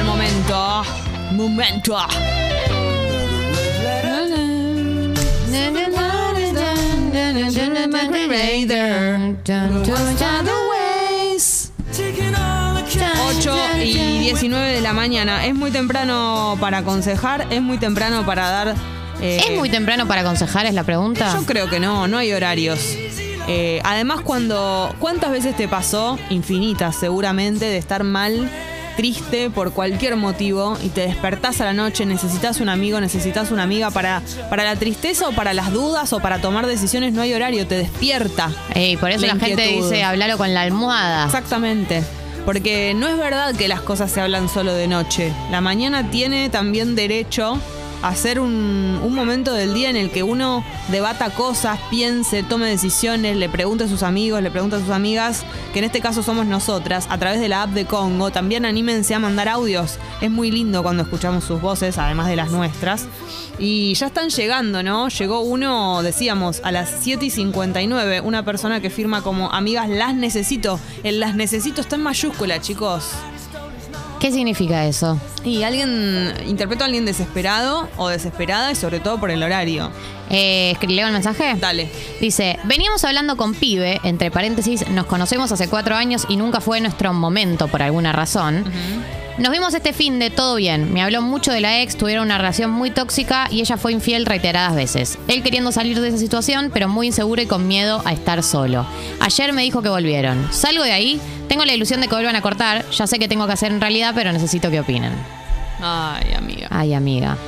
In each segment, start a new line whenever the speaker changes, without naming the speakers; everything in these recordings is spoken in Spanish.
Momento. Momento.
Other
8 y 19 de la mañana. Es muy temprano para aconsejar, es muy temprano para dar. eh,
¿Es muy temprano para aconsejar? Es la pregunta.
Yo creo que no, no hay horarios. Eh, además, cuando. ¿Cuántas veces te pasó? Infinitas, seguramente, de estar mal, triste por cualquier motivo y te despertás a la noche, necesitas un amigo, necesitas una amiga para, para la tristeza o para las dudas o para tomar decisiones, no hay horario, te despierta.
Ey, Eh, por eso
La
la, gente
inquietud.
dice, hablalo con la almohada.
Exactamente. Porque no es verdad que las cosas se hablan solo de noche. La mañana tiene también derecho a ser un, un momento del día en el que uno debata cosas, piense, tome decisiones, le pregunte a sus amigos, le pregunte a sus amigas, que en este caso somos nosotras, a través de la app de Congo. También anímense a mandar audios. Es muy lindo cuando escuchamos sus voces, además de las nuestras. Y ya están llegando, ¿no? Llegó uno, decíamos, a las 7 y 59, una persona que firma como Amigas Las Necesito. El Las Necesito está en mayúscula, chicos.
¿Qué significa eso?
Y alguien, interpreto a alguien desesperado o desesperada y sobre todo por el horario.
Eh, escri- ¿Leo el mensaje?
Dale.
Dice, veníamos hablando con Pibe, entre paréntesis, nos conocemos hace cuatro años y nunca fue nuestro momento por alguna razón. Nos vimos este fin de todo bien. Me habló mucho de la ex, tuvieron una relación muy tóxica y ella fue infiel reiteradas veces. Él queriendo salir de esa situación, pero muy inseguro y con miedo a estar solo. Ayer me dijo que volvieron. Salgo de ahí, tengo la ilusión de que vuelvan a cortar. Ya sé que tengo que hacer en realidad, pero necesito que opinen.
Ay, amiga.
Ay, amiga.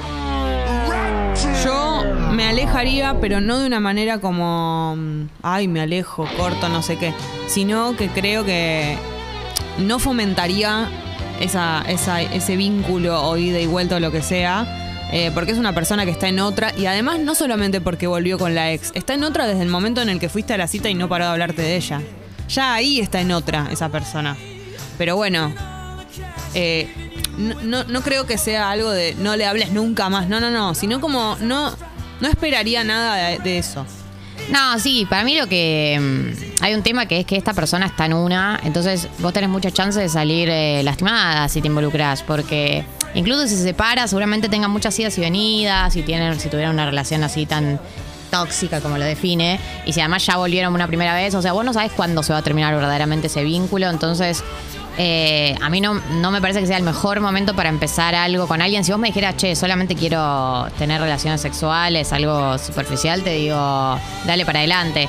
Yo me alejaría, pero no de una manera como, mm, ay, me alejo, corto, no sé qué, sino que creo que no fomentaría esa, esa- ese vínculo o ida y vuelta o lo que sea, eh, porque es una persona que está en otra, y además no solamente porque volvió con la ex, está en otra desde el momento en el que fuiste a la cita y no paró de hablarte de ella. Ya ahí está en otra esa persona. Pero bueno, eh, no, no- no creo que sea algo de no le hables nunca más, no, no, no, sino como no, no esperaría nada de, de eso.
No, sí, para mí lo que. mm, Hay un tema que es que esta persona está en una, entonces vos tenés muchas chances de salir eh, lastimada si te involucras, porque incluso si se separa, seguramente tengan muchas idas y venidas, si, tienen, si tuvieran una relación así tan tóxica como lo define, y si además ya volvieron una primera vez, o sea, vos no sabés cuándo se va a terminar verdaderamente ese vínculo, entonces. eh, a mí no, no me parece que sea el mejor momento para empezar algo con alguien. Si vos me dijeras, che, solamente quiero tener relaciones sexuales, algo superficial, te digo, dale para adelante.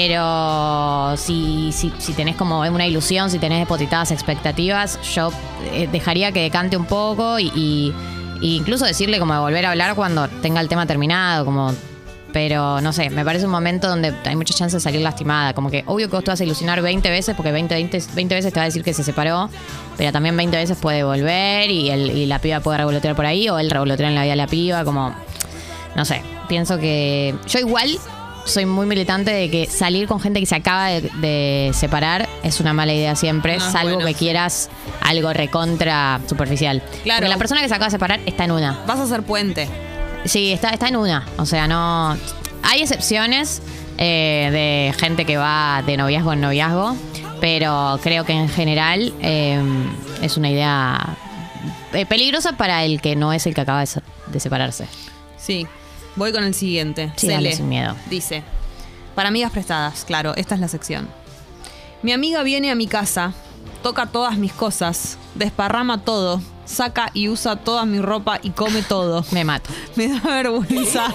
Pero si, si, si tenés como una ilusión, si tenés depositadas expectativas, yo eh, dejaría que decante un poco y, y- y incluso decirle como de volver a hablar cuando tenga el tema terminado, como... Pero no sé, me parece un momento donde hay muchas chances de salir lastimada. Como que obvio que vos te vas a ilusionar 20 veces, porque 20, 20, 20 veces te va a decir que se separó, pero también 20 veces puede volver y, el- y la piba puede revolotear por ahí o él revolotea en la vida de la piba, como no sé, pienso que yo igual soy muy militante de que salir con gente que se acaba de, de separar es una mala idea siempre,
No es
salvo
Ah, bueno,
que
sí.
quieras algo recontra superficial.
Claro.
Porque la persona que se acaba de separar está en una.
Vas a ser puente.
Sí, está, está en una. O sea, no. Hay excepciones eh, de gente que va de noviazgo en noviazgo, pero creo que en general eh, es una idea eh, peligrosa para el que no es el que acaba de se- de separarse.
Sí. Voy con el siguiente.
Sí, dale, sin miedo.
Dice, para amigas prestadas, claro, esta es la sección. Mi amiga viene a mi casa, toca todas mis cosas, desparrama todo, saca y usa toda mi ropa y come todo.
Me mato.
Me da vergüenza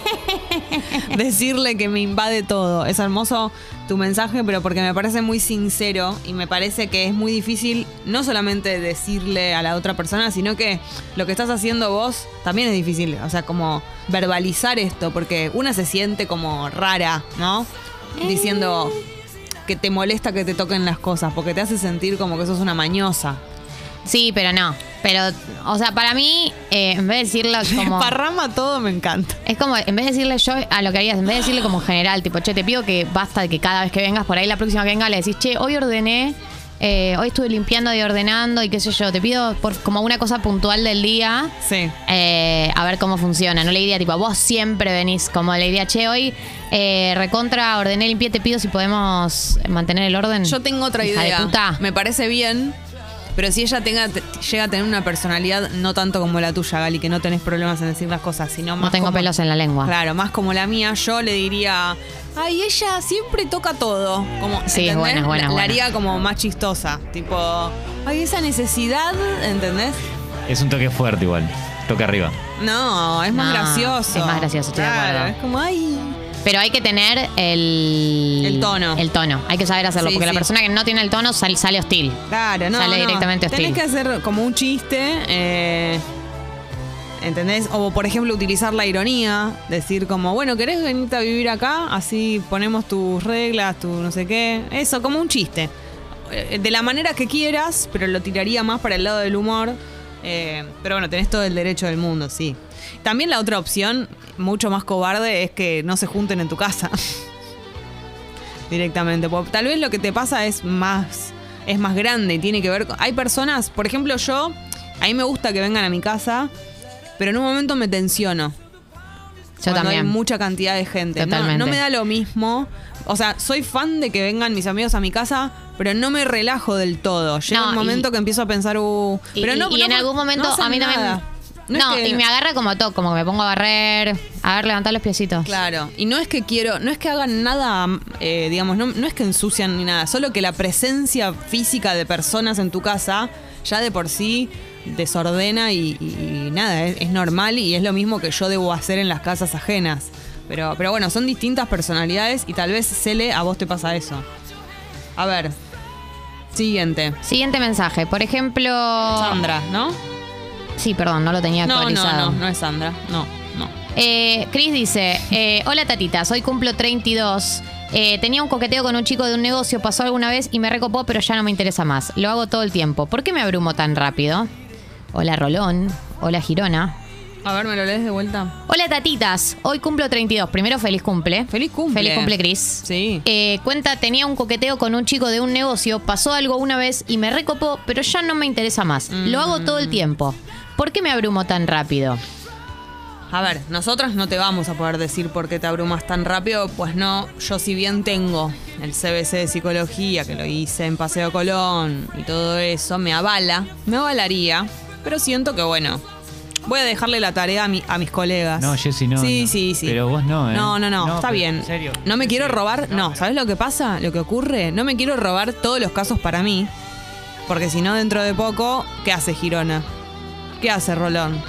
decirle que me invade todo. Es hermoso tu mensaje, pero porque me parece muy sincero y me parece que es muy difícil no solamente decirle a la otra persona, sino que lo que estás haciendo vos también es difícil. O sea, como verbalizar esto, porque una se siente como rara, ¿no? Eh. Diciendo que te molesta que te toquen las cosas, porque te hace sentir como que sos una mañosa.
Sí, pero no. Pero, o sea, para mí, eh, en vez de decirlo como.
Parrama todo me encanta.
Es como, en vez de decirle yo a lo que harías, en vez de decirle como en general, tipo, che, te pido que basta de que cada vez que vengas por ahí, la próxima que venga le decís, che, hoy ordené, eh, hoy estuve limpiando y ordenando y qué sé yo, te pido por, como una cosa puntual del día.
Sí.
eh, a ver cómo funciona. No le diría, tipo, vos siempre venís. Como le diría, che, hoy eh, recontra, ordené, limpié, te pido si podemos mantener el orden.
Yo tengo otra
Mm. Hija de
idea.
puta.
Me parece bien. Pero si ella tenga, te- llega a tener una personalidad no tanto como la tuya, Gali, que no tenés problemas en decir las cosas, sino más.
No tengo
como-
pelos en la lengua.
Claro, más como la mía, yo le diría, ay, ella siempre toca todo. Como,
Sí, es buena, es buena,
La- La
buena.
haría como más chistosa. Tipo, ay, esa necesidad, ¿entendés?
Es un toque fuerte igual. Toque arriba.
No, es más
No,
gracioso.
es más gracioso, estoy de
Claro,
acuerdo.
Es como, ay.
Pero hay que tener el...
El tono.
El tono. Hay que saber hacerlo.
Sí,
porque la
sí.
persona que no tiene el tono sal- sale hostil.
Claro, no.
Sale
no.
directamente hostil.
Tenés que hacer como un chiste. eh, ¿Entendés? O, por ejemplo, utilizar la ironía. Decir como, bueno, ¿querés venirte a vivir acá? Así ponemos tus reglas, tu no sé qué. Eso, como un chiste. Eh, De la manera que quieras, pero lo tiraría más para el lado del humor. Eh, pero bueno, tenés todo el derecho del mundo, sí. También la otra opción, mucho más cobarde, es que no se junten en tu casa directamente. Porque tal vez lo que te pasa es más, es más grande y tiene que ver con. Hay personas, por ejemplo, yo, a mí me gusta que vengan a mi casa, pero en un momento me tensiono.
Yo
cuando
también.
hay mucha cantidad de gente. No- No,
Totalmente.
me da lo mismo. O sea, soy fan de que vengan mis amigos a mi casa, pero no me relajo del todo. Llega
No,
un momento
y-
que empiezo a pensar, uh,
Y,
pero no,
y
no-
en algún
no
momento
hacen
a mí
nada.
también... No,
es que-
y me agarra como todo, como que me pongo a barrer. A ver, levantar los piecitos.
Claro, y no es que quiero, no es que hagan nada, eh, digamos, no, no es que ensucian ni nada, solo que la presencia física de personas en tu casa ya de por sí desordena y, y- y nada, es, es normal y es lo mismo que yo debo hacer en las casas ajenas. Pero, pero bueno, son distintas personalidades y tal vez, Cele, a vos te pasa eso. A ver, siguiente.
Siguiente mensaje. Por ejemplo...
Sandra, ¿no?
Sí, perdón, no lo tenía
No, no,
actualizado.
no, no es Sandra, no, no.
Eh, Cris dice, eh, hola tatita, hoy cumplo 32. Eh, tenía un coqueteo con un chico de un negocio, pasó alguna vez y me recopó, pero ya no me interesa más. Lo hago todo el tiempo. ¿Por qué me abrumo tan rápido? Hola Rolón, hola Girona.
A ver, ¿me lo lees de vuelta?
Hola tatitas, hoy cumplo 32. Primero feliz cumple.
Feliz cumple.
Feliz cumple Cris.
Sí.
Eh, cuenta, tenía un coqueteo con un chico de un negocio, pasó algo una vez y me recopó, pero ya no me interesa más. Lo hago todo
Mm.
el tiempo. ¿Por qué me abrumo tan rápido?
A ver, nosotras no te vamos a poder decir por qué te abrumas tan rápido, pues no, yo si bien tengo el CBC de psicología, que lo hice en Paseo Colón y todo eso, me avala, me avalaría, pero siento que bueno, voy a dejarle la tarea a, mi- a mis colegas.
No, Jessy, no,
Sí,
no.
sí, sí.
Pero vos no, ¿eh?
No, no, no,
No,
está
pero
bien.
en serio.
No me
Sí,
quiero
sí.
robar,
No,
no,
pero-
¿sabes lo que pasa? Lo que ocurre, no me quiero robar todos los casos para mí, porque si no dentro de poco, ¿qué hace Girona? ¿Qué hace Rolón?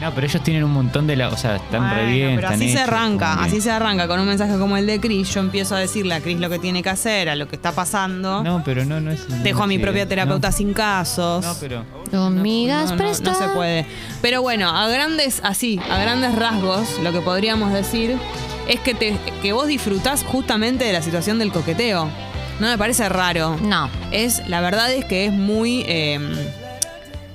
No, pero ellos tienen un montón de la. O sea, están re
Bueno,
bien.
pero
están
así se
hechos,
arranca,
como que-
así se arranca con un mensaje como el de Cris. Yo empiezo a decirle a Cris lo que tiene que hacer, a lo que está pasando.
No, pero no, no es.
Dejo a mi
sí,
propia terapeuta
no.
sin casos.
No, pero.
Amigas
No, no, no,
presta.
se puede. Pero bueno, a grandes, así, a grandes rasgos, lo que podríamos decir es que, te, que vos disfrutás justamente de la situación del coqueteo. No me parece raro.
No.
Es, la verdad es que es muy eh,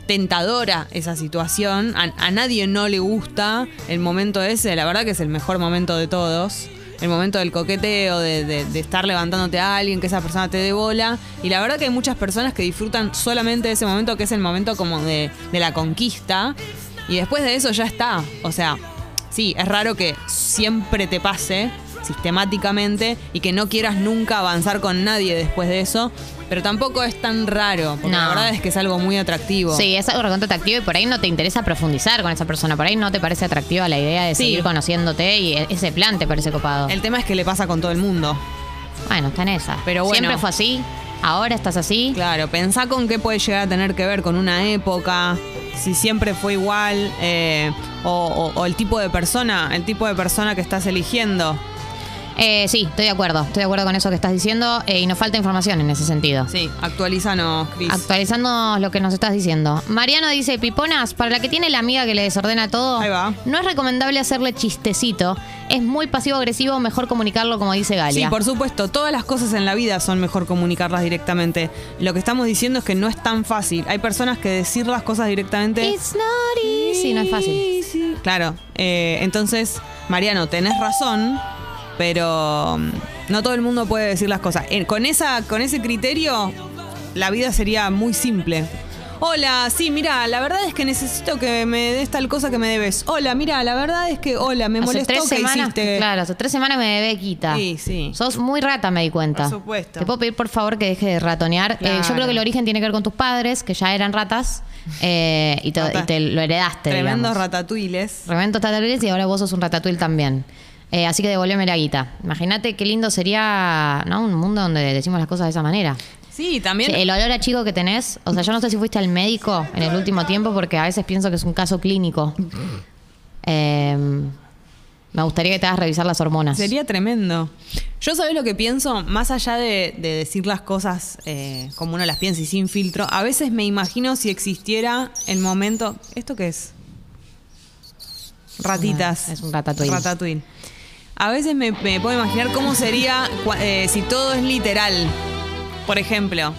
tentadora esa situación. A, a nadie no le gusta el momento ese. La verdad que es el mejor momento de todos. El momento del coqueteo, de, de- de estar levantándote a alguien, que esa persona te dé bola. Y la verdad que hay muchas personas que disfrutan solamente de ese momento, que es el momento como de, de la conquista. Y después de eso ya está. O sea, sí, es raro que siempre te pase sistemáticamente y que no quieras nunca avanzar con nadie después de eso. Pero tampoco es tan raro, porque la
No.
verdad es que es algo muy atractivo.
Sí, es algo recontra atractivo y por ahí no te interesa profundizar con esa persona, por ahí no te parece atractiva la idea de
Sí.
seguir conociéndote y e- ese plan te parece copado.
El tema es que le pasa con todo el mundo.
Bueno, está en esa.
Pero bueno.
Siempre fue así, ahora estás así.
Claro, pensá con qué puede llegar a tener que ver con una época, si siempre fue igual, eh, o, o- o el tipo de persona, el tipo de persona que estás eligiendo.
Eh, sí, estoy de acuerdo, estoy de acuerdo con eso que estás diciendo eh, y nos falta información en ese sentido.
Sí, actualizanos, Cris.
Actualizando lo que nos estás diciendo. Mariano dice, Piponas, para la que tiene la amiga que le desordena todo,
Ahí va.
no es recomendable hacerle chistecito. Es muy pasivo-agresivo, mejor comunicarlo como dice Galia.
Sí, por supuesto, todas las cosas en la vida son mejor comunicarlas directamente. Lo que estamos diciendo es que no es tan fácil. Hay personas que decir las cosas directamente...
It's not easy, no es fácil.
Claro, eh, entonces, Mariano, tenés razón, pero mm, no todo el mundo puede decir las cosas. Eh, con, esa, con ese criterio, la vida sería muy simple. Hola, sí, mira, la verdad es que necesito que me des tal cosa que me debes. Hola, mira, la verdad es que, hola, me
hace
molestó
tres
que
semanas,
hiciste.
claro, hace tres semanas me debe quita.
Sí, sí.
Sos muy rata, me di cuenta.
Por supuesto.
Te puedo pedir, por favor, que deje de ratonear. Eh, yo
Claro.
creo que el origen tiene que ver con tus padres, que ya eran ratas, eh, y, te,
Rata.
y te lo heredaste,
Tremendos
digamos.
ratatuiles.
Reventos tatareles y ahora vos sos un ratatouille también. Eh, así que devolveme la guita. Imagínate qué lindo sería, ¿no? Un mundo donde decimos las cosas de esa manera.
Sí, también.
Che, El olor a chico que tenés, o sea, yo no sé si fuiste al médico en el último tiempo porque a veces pienso que es un caso clínico.
Mm.
Eh, me gustaría que te hagas revisar las hormonas.
Sería tremendo. Yo sabés lo que pienso, más allá de, de decir las cosas eh, como uno las piensa y sin filtro, a veces me imagino si existiera el momento... ¿Esto qué es? Ratitas.
Es un ratatouille.
Ratatouille. A veces me, me puedo imaginar cómo sería cua- eh, si todo es literal. Por ejemplo,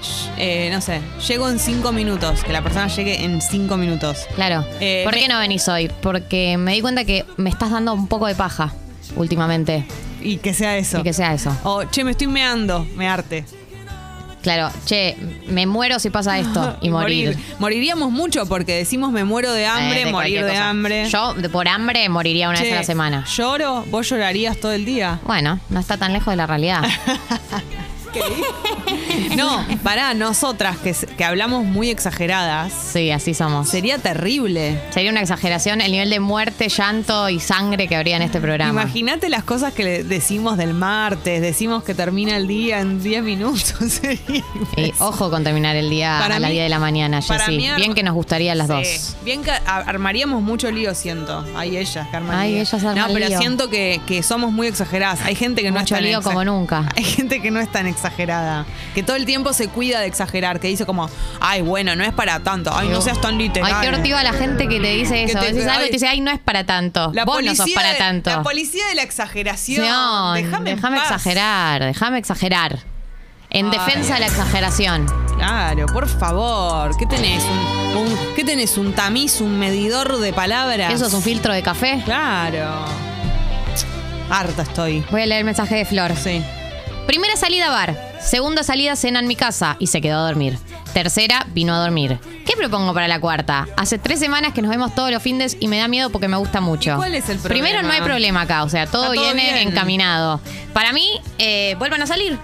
sh- eh, no sé, llego en cinco minutos, que la persona llegue en cinco minutos.
Claro.
Eh,
¿Por
me-
qué no venís hoy? Porque me di cuenta que me estás dando un poco de paja últimamente.
Y que sea eso.
Y que sea eso.
O, che, me estoy meando, me arte.
Claro, che, me muero si pasa esto y morir.
Moriríamos mucho porque decimos me muero de hambre,
Eh,
morir
de cualquier
de
cosa.
hambre.
Yo de- por hambre moriría una
Che,
vez a la semana.
Lloro, vos llorarías todo el día.
Bueno, no está tan lejos de la realidad.
No, para nosotras que, se- que hablamos muy exageradas,
Sí, así somos.
sería terrible.
Sería una exageración el nivel de muerte, llanto y sangre que habría en este programa.
Imagínate las cosas que le decimos del martes, decimos que termina el día en 10 minutos. sería
Y ojo con terminar el día
Para
Ah, a las
mí-
10 de la mañana,
para
Jessy.
mí arma-
Bien que nos gustaría a las
Sí.
dos.
Bien que a- armaríamos mucho lío, siento. Hay ellas que arman
Ay,
lío.
ellas arman
No, pero
lío.
siento que, que somos muy exageradas. Hay gente que no
Mucho
es tan
lío
exa-
como nunca.
Hay gente que no es tan exagerada. Que todo el tiempo se cuida de exagerar. Que dice como, ay, bueno, no es para tanto. Ay, no seas tan literal.
Ay, qué hortiva la gente que te dice
Que
eso.
te-
Decís algo y
ay.
te dice, ay, no es para tanto.
La
Vos no sos
policía
para
de-
tanto.
La policía de la exageración.
No,
déjame en
déjame
paz.
exagerar, déjame exagerar. En
Ay.
defensa de la exageración.
Claro, por favor. ¿Qué tenés? Un, un- ¿Qué tenés? ¿Un tamiz? ¿Un medidor de palabras?
¿Eso es un filtro de café?
Claro. Harta estoy.
Voy a leer el mensaje de Flor.
Sí.
Primera salida bar, segunda salida cena en mi casa y se quedó a dormir. Tercera vino a dormir. ¿Qué propongo para la cuarta? Hace tres semanas que nos vemos todos los findes y me da miedo porque me gusta mucho.
¿Y cuál es el problema?
Primero no hay problema acá, o sea, todo,
Está todo
viene
bien.
encaminado. Para mí, eh, vuelvan a salir.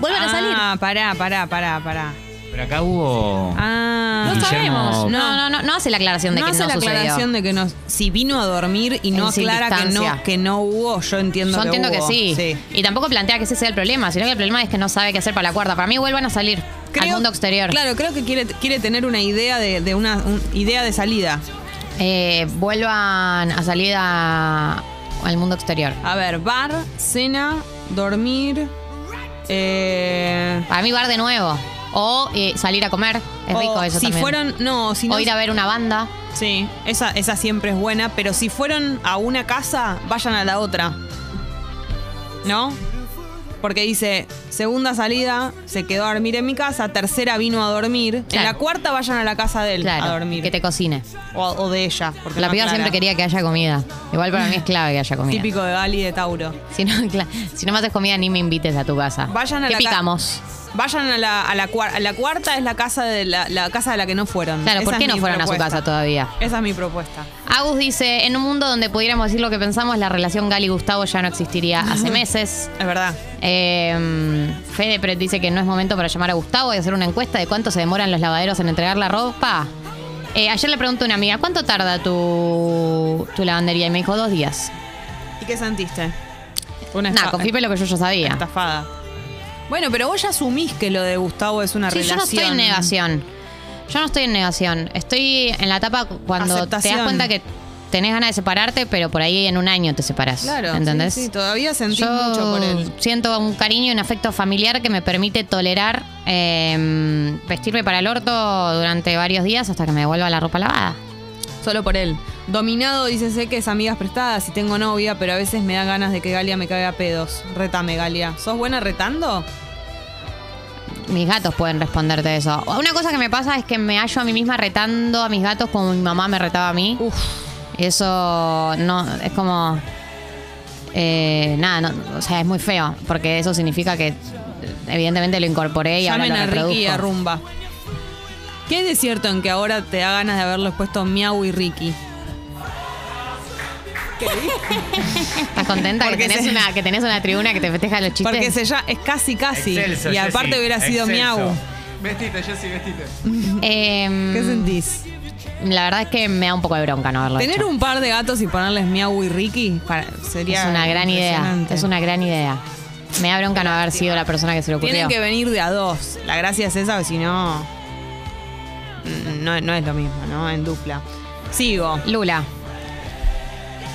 Vuelvan a salir.
Ah, pará, pará, pará, pará.
Pero acá hubo.
Ah.
No
Guillermo-
sabemos. No, no, no, no hace la aclaración de
no
que
hace
no
la
sucedió.
aclaración de que no. Si vino a dormir y no
En sin
aclara que
distancia.
no, que no hubo, yo entiendo
Yo
que
entiendo que
hubo.
sí. Y tampoco plantea que ese sea el problema, sino que el problema es que no sabe qué hacer para la cuarta. Para mí vuelvan a salir al mundo exterior.
Claro, creo que quiere, quiere tener una idea de, de una un- idea de salida.
Eh, vuelvan a salir a- al mundo exterior.
A ver, bar, cena, dormir. Eh,
Para mí bar de nuevo. O eh, salir a comer. Es
o
rico eso
si
también.
fueron, no, si no
o ir a ver una banda.
Sí, esa, esa siempre es buena, pero si fueron a una casa, vayan a la otra. ¿No? Porque dice, segunda salida, se quedó a dormir en mi casa, tercera vino a dormir, en
Claro.
la cuarta vayan a la casa de él
Claro.
a dormir.
Que te cocine.
o, o de ella. Porque
La
no
piba
aclara.
siempre quería que haya comida. Igual para mí es clave que haya comida.
Típico de Bali de Tauro.
Si no, cla- si no me haces comida, ni me invites a tu casa.
Vayan a
¿Qué
la ca-
picamos?
Vayan a la, a la, cuar- a la cuarta, es la casa de la, la casa de la que no fueron.
Claro, ¿por
Esa
qué
es
no
mi
fueron a su
propuesta.
casa todavía?
Esa es mi propuesta.
Agus dice, en un mundo donde pudiéramos decir lo que pensamos, la relación Gali-Gustavo ya no existiría hace meses.
Es verdad.
Eh, Fede Pret dice que no es momento para llamar a Gustavo y hacer una encuesta de cuánto se demoran los lavaderos en entregar la ropa. Eh, ayer le pregunté a una amiga, ¿cuánto tarda tu, tu lavandería? Y me dijo, dos días.
¿Y qué sentiste? Una
Nada,
esta-
confípe lo que yo ya sabía.
Estafada. Bueno, pero vos ya asumís que lo de Gustavo es una
Sí, yo
relación.
no estoy en negación. Yo no estoy en negación. Estoy en la etapa cuando te
Aceptación.
das cuenta que tenés ganas de separarte, pero por ahí en un año te separás.
Claro,
¿entendés?
Sí, sí, todavía sentís
Yo
mucho por él.
siento un cariño y un afecto familiar que me permite tolerar eh, vestirme para el orto durante varios días hasta que me devuelva la ropa lavada.
Solo por él. Dominado, dice, sé que es amigas prestadas y tengo novia, pero a veces me da ganas de que Galia me caiga a pedos. Retame, Galia. ¿Sos buena retando?
Mis gatos pueden responderte eso. Una cosa que me pasa es que me hallo a mí misma retando a mis gatos como mi mamá me retaba a mí.
Uf.
Eso no es como eh, nada, no, o sea, es muy feo porque eso significa que evidentemente lo incorporé y
Llamen
ahora
a
lo reproduzco.
Ricky y a eh, Rumba. ¿Qué es de cierto en que ahora te da ganas de haberlos puesto Miau y Ricky?
¿Estás contenta que
Porque
tenés,
se-
una, que tenés una tribuna que te festeja los chistes?
Porque se ya es casi casi.
Excelso,
y aparte
Jessy,
hubiera sido
excelso.
Miau.
Vestite, Jessy, vestite.
Em,
¿Qué sentís?
La verdad es que me da un poco de bronca no haberlo
Tener
hecho.
un par de gatos y ponerles Miau y Ricky para- sería
Es una gran idea.
impresionante.
Es una gran idea. Me da bronca no haber sido la persona que se le ocurrió.
Tienen que venir de a dos. La gracia es esa, porque si no, no. No es lo mismo, ¿no? En dupla. Sigo.
Lula.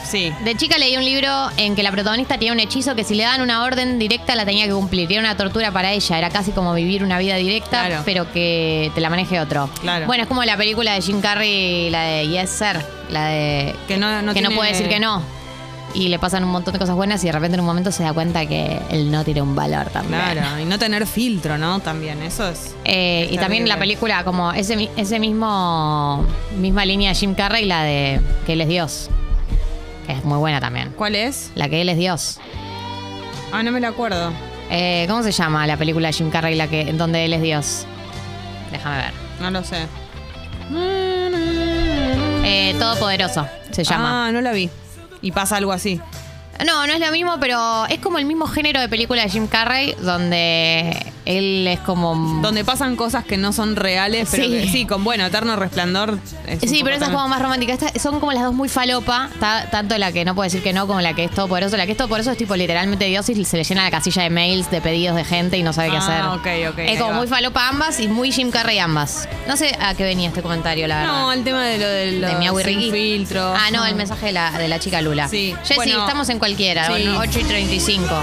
Sí.
De chica leí un libro en que la protagonista tenía un hechizo que si le daban una orden directa la tenía que cumplir. Era una tortura para ella. Era casi como vivir una vida directa,
Claro.
pero que te la maneje otro.
Claro.
Bueno, es como la película de Jim Carrey, la de Yes Sir, la de
Que no- no
que no
tiene-
puede decir que no. Y le pasan un montón de cosas buenas y de repente en un momento se da cuenta que el no tiene un valor también.
Claro. Y no tener filtro, ¿no? También. Eso es.
Eh, y
Está
también
bien.
la película, como ese, mi- ese mismo misma línea de Jim Carrey, la de que él es Dios. Que es muy buena también.
¿Cuál es?
La que él es Dios.
Ah, no me la acuerdo.
Eh, ¿Cómo se llama la película de Jim Carrey, la que, en donde él es Dios? Déjame ver.
No lo sé.
Eh, Todopoderoso se llama.
Ah, no la vi. Y pasa algo así.
No, no es lo mismo, pero es como el mismo género de película de Jim Carrey, donde él es como.
Donde pasan cosas que no son reales, pero
Sí.
que- sí, con bueno, eterno resplandor. es un
Sí,
poco
pero esa es
también-
como más romántica. Esta- son como las dos muy falopa. ta- tanto la que no puede decir que no como la que es todopoderoso. La que es todopoderoso es tipo literalmente Dios y se le llena la casilla de mails, de pedidos de gente y no sabe qué
Ah,
hacer.
ok, ok, ahí
Es como
va.
muy falopa ambas y muy Jim Carrey ambas. No sé a qué venía este comentario, la verdad.
No, el tema de lo del
de Miau y Ricky.
filtro.
Ah, no, el mensaje de la, de la chica Lula.
Sí,
Jessy,
bueno.
estamos en cualquiera,
Sí.
en 8 y 35.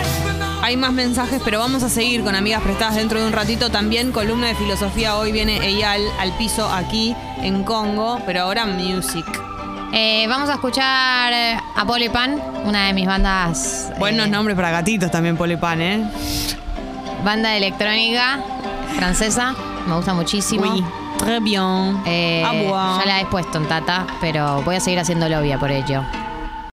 Hay más mensajes, pero vamos a seguir con Amigas Prestadas dentro de un ratito. También columna de filosofía. Hoy viene Eyal al piso aquí en Congo, pero ahora music.
Eh, vamos a escuchar eh, a Polypan, una de mis bandas. eh,
Buenos nombres para gatitos también, Polepan, ¿eh?
Banda de electrónica francesa. Me gusta muchísimo.
Oui, très bien.
Eh,
Ah, bueno.
ya la he puesto en Tata, pero voy a seguir haciendo lobby por ello.